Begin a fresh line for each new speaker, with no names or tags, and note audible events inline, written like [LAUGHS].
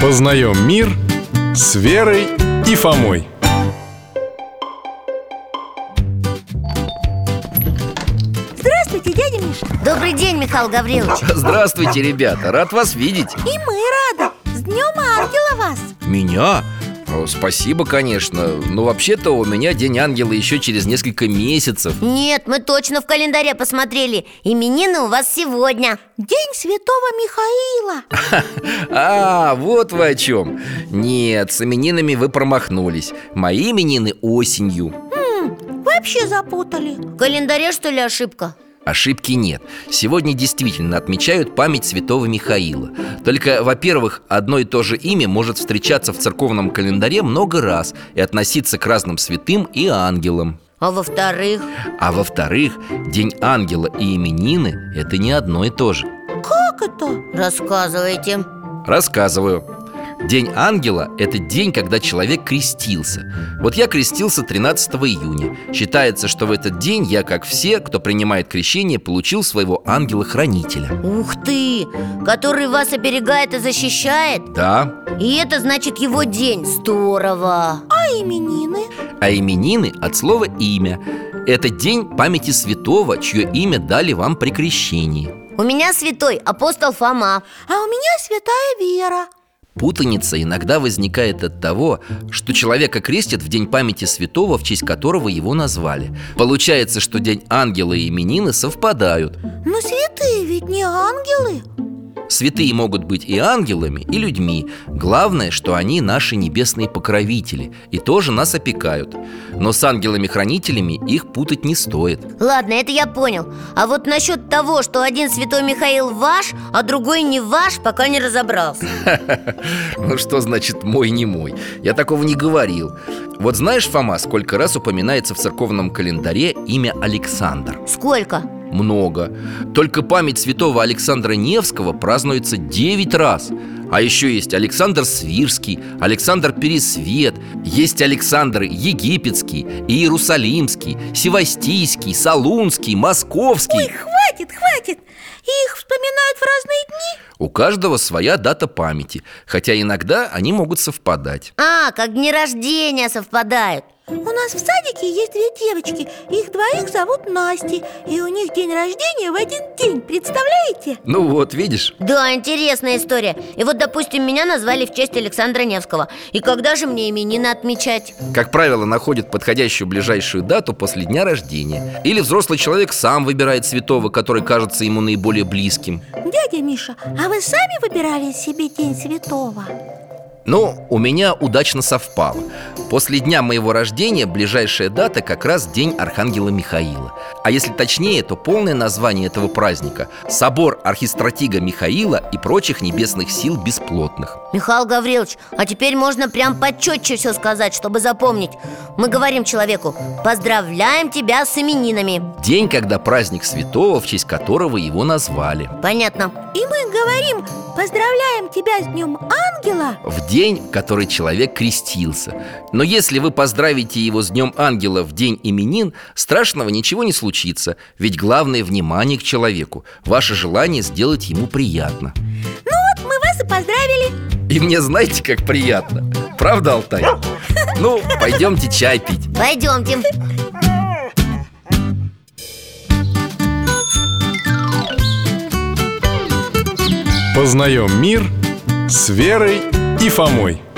Познаем мир с Верой и Фомой
Здравствуйте, дядя Миша
Добрый день, Михаил Гаврилович
Здравствуйте, ребята, рад вас видеть
И мы рады С Днем Ангела вас
Меня? О, Спасибо, конечно Но вообще-то у меня День Ангела еще через несколько месяцев
Нет, мы точно в календаре посмотрели Именины у вас сегодня
День Святого Михаила
А, вот вы о чем Нет, с именинами вы промахнулись Мои именины осенью
М, Вообще запутали
В календаре, что ли, ошибка?
Ошибки нет. Сегодня действительно отмечают память святого Михаила. Только, во-первых, одно и то же имя может встречаться в церковном календаре много раз и относиться к разным святым и ангелам.
А во-вторых,
А во-вторых, День ангела и именины – это не одно и то же.
Как это?
рассказывайте
Рассказываю. День ангела – это день, когда человек крестился Вот я крестился 13 июня Считается, что в этот день я, как все, кто принимает крещение, получил своего ангела-хранителя
Ух ты! Который вас оберегает и защищает
Да,
И это значит его день Здорово
А именины?
а именины от слова «имя». Это день памяти святого, чье имя дали вам при крещении.
У меня святой апостол Фома
А у меня святая Вера
Путаница иногда возникает от того, что человека крестят в день памяти святого, в честь которого его назвали. Получается, что день ангела и именины совпадают.
Но Ну, святые ведь не ангелы
Святые могут быть и ангелами, и людьми. Главное, что они наши небесные покровители и тоже нас опекают. Но с ангелами-хранителями их путать не стоит. [LAUGHS]
Ладно, это я понял А вот насчет того, что один святой Михаил ваш, а другой не ваш, пока не
[LAUGHS]
разобрался
Ну что значит мой не мой? Я такого не говорил. Вот знаешь, Фома, сколько раз упоминается в церковном календаре имя Александр?
Сколько?
Много. Только память святого Александра Невского празднуется 9 раз. А еще есть Александр Свирский, Александр Пересвет, есть Александры Египетский, Иерусалимский, Севастийский, Солунский, Московский.
Ой, хватит, хватит И Их вспоминают в разные дни
У каждого своя дата памяти, хотя иногда они могут совпадать.
А, как дни рождения совпадают
У нас в садике есть две девочки Их двоих зовут Настя И у них день рождения в один день, представляете?
Ну вот, видишь?
Да, интересная история И вот, допустим, меня назвали в честь Александра Невского И когда же мне именины отмечать?
Как правило, находят подходящую ближайшую дату после дня рождения Или взрослый человек сам выбирает святого, который кажется ему наиболее близким
Дядя Миша, а вы сами выбирали себе день святого?
Но у меня удачно совпало После дня моего рождения ближайшая дата как раз День Архангела Михаила А если точнее, то полное название этого праздника Собор Архистратига Михаила и прочих небесных сил бесплотных
Михаил Гаврилович, а теперь можно прям почетче все сказать, чтобы запомнить Мы говорим человеку «Поздравляем тебя с именинами»
День, когда праздник святого, в честь которого его назвали
Понятно?
И мы говорим, поздравляем тебя с Днем Ангела
в день, в который человек крестился. Но если вы поздравите его с Днем Ангела в день именин, страшного ничего не случится, ведь главное внимание к человеку, ваше желание сделать ему приятно.
Ну вот, мы вас и поздравили
И мне знаете, как приятно. Правда, Алтай? Ну, пойдемте чай пить.
Пойдемте
Познаем мир с Верой и Фомой